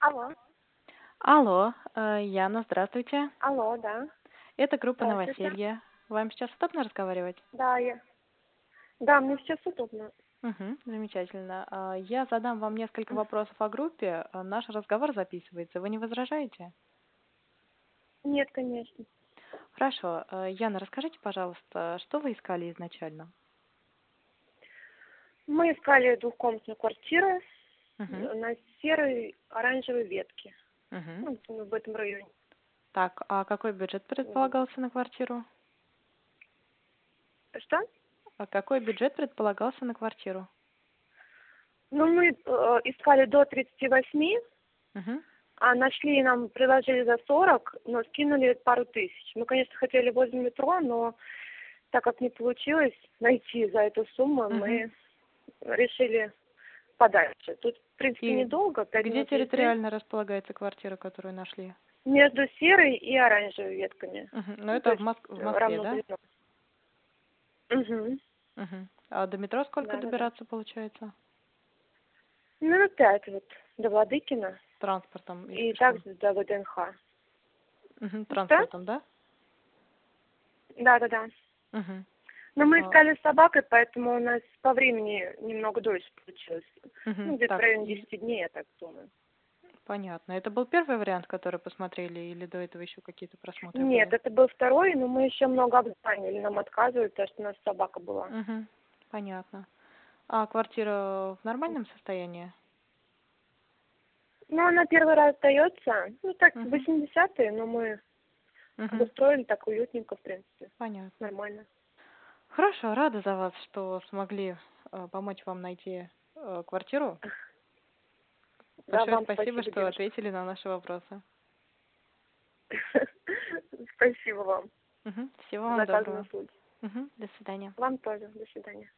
Алло, Алло, э, Яна, здравствуйте. алло, да. Это группа Здравствуйте. «Новоселье». Вам сейчас удобно разговаривать? Да, я... Да, мне сейчас удобно. Угу, замечательно. А, Я задам вам несколько вопросов о группе. А, Наш разговор записывается. Вы не возражаете? Нет, конечно. Хорошо. Э, Яна, расскажите, пожалуйста, что вы искали изначально? Мы искали двухкомнатную квартиру Мгм, на серой оранжевой ветке. мгм. Ну, думаю, в этом районе. Так, а какой бюджет предполагался на квартиру? Что? А какой бюджет предполагался на квартиру? Ну, мы э, искали до 38, Мгм. а нашли нам, предложили за 40, но скинули пару тысяч. Мы, конечно, хотели возле метро, но так как не получилось найти за эту сумму, Мгм. мы решили подальше. Тут, в принципе, И недолго. пять Где минут езды. территориально располагается квартира, которую нашли? Между серой и оранжевой ветками. Мгм, Но Ну, это то в Моск- в есть, э, Москве, равно да? длина. Мгм. Мгм. А до метро сколько Да-да-да. добираться получается? Минут пять Ну, вот до Владыкина Транспортом или и пешком? также до ВДНХ. Мгм, Транспортом, да? Да-да-да. Мгм. Но мы А. искали с собакой, поэтому у нас по времени немного дольше получилось. Мгм, Ну, где-то Хм, так, в районе и- 10 дней, я так думаю. понятно. Это был первый вариант, который посмотрели, или до этого еще какие-то просмотры Нет, были? это был второй, но мы еще много обзванивали, нам отказывали, потому что у нас собака была. Мгм, понятно. А квартира в нормальном состоянии? Ну, она первый раз дается, ну, так, Мгм. 80-е, но мы Мгм, обустроили так уютненько, в принципе, понятно. нормально. Хорошо, рада за вас, что смогли э, помочь вам найти э, квартиру. Да, Большое вам спасибо, что девушка. ответили на наши вопросы. Спасибо вам Мгм, Всего за вам оказанную доброго. услугу. Мгм, До свидания. Вам тоже. До свидания.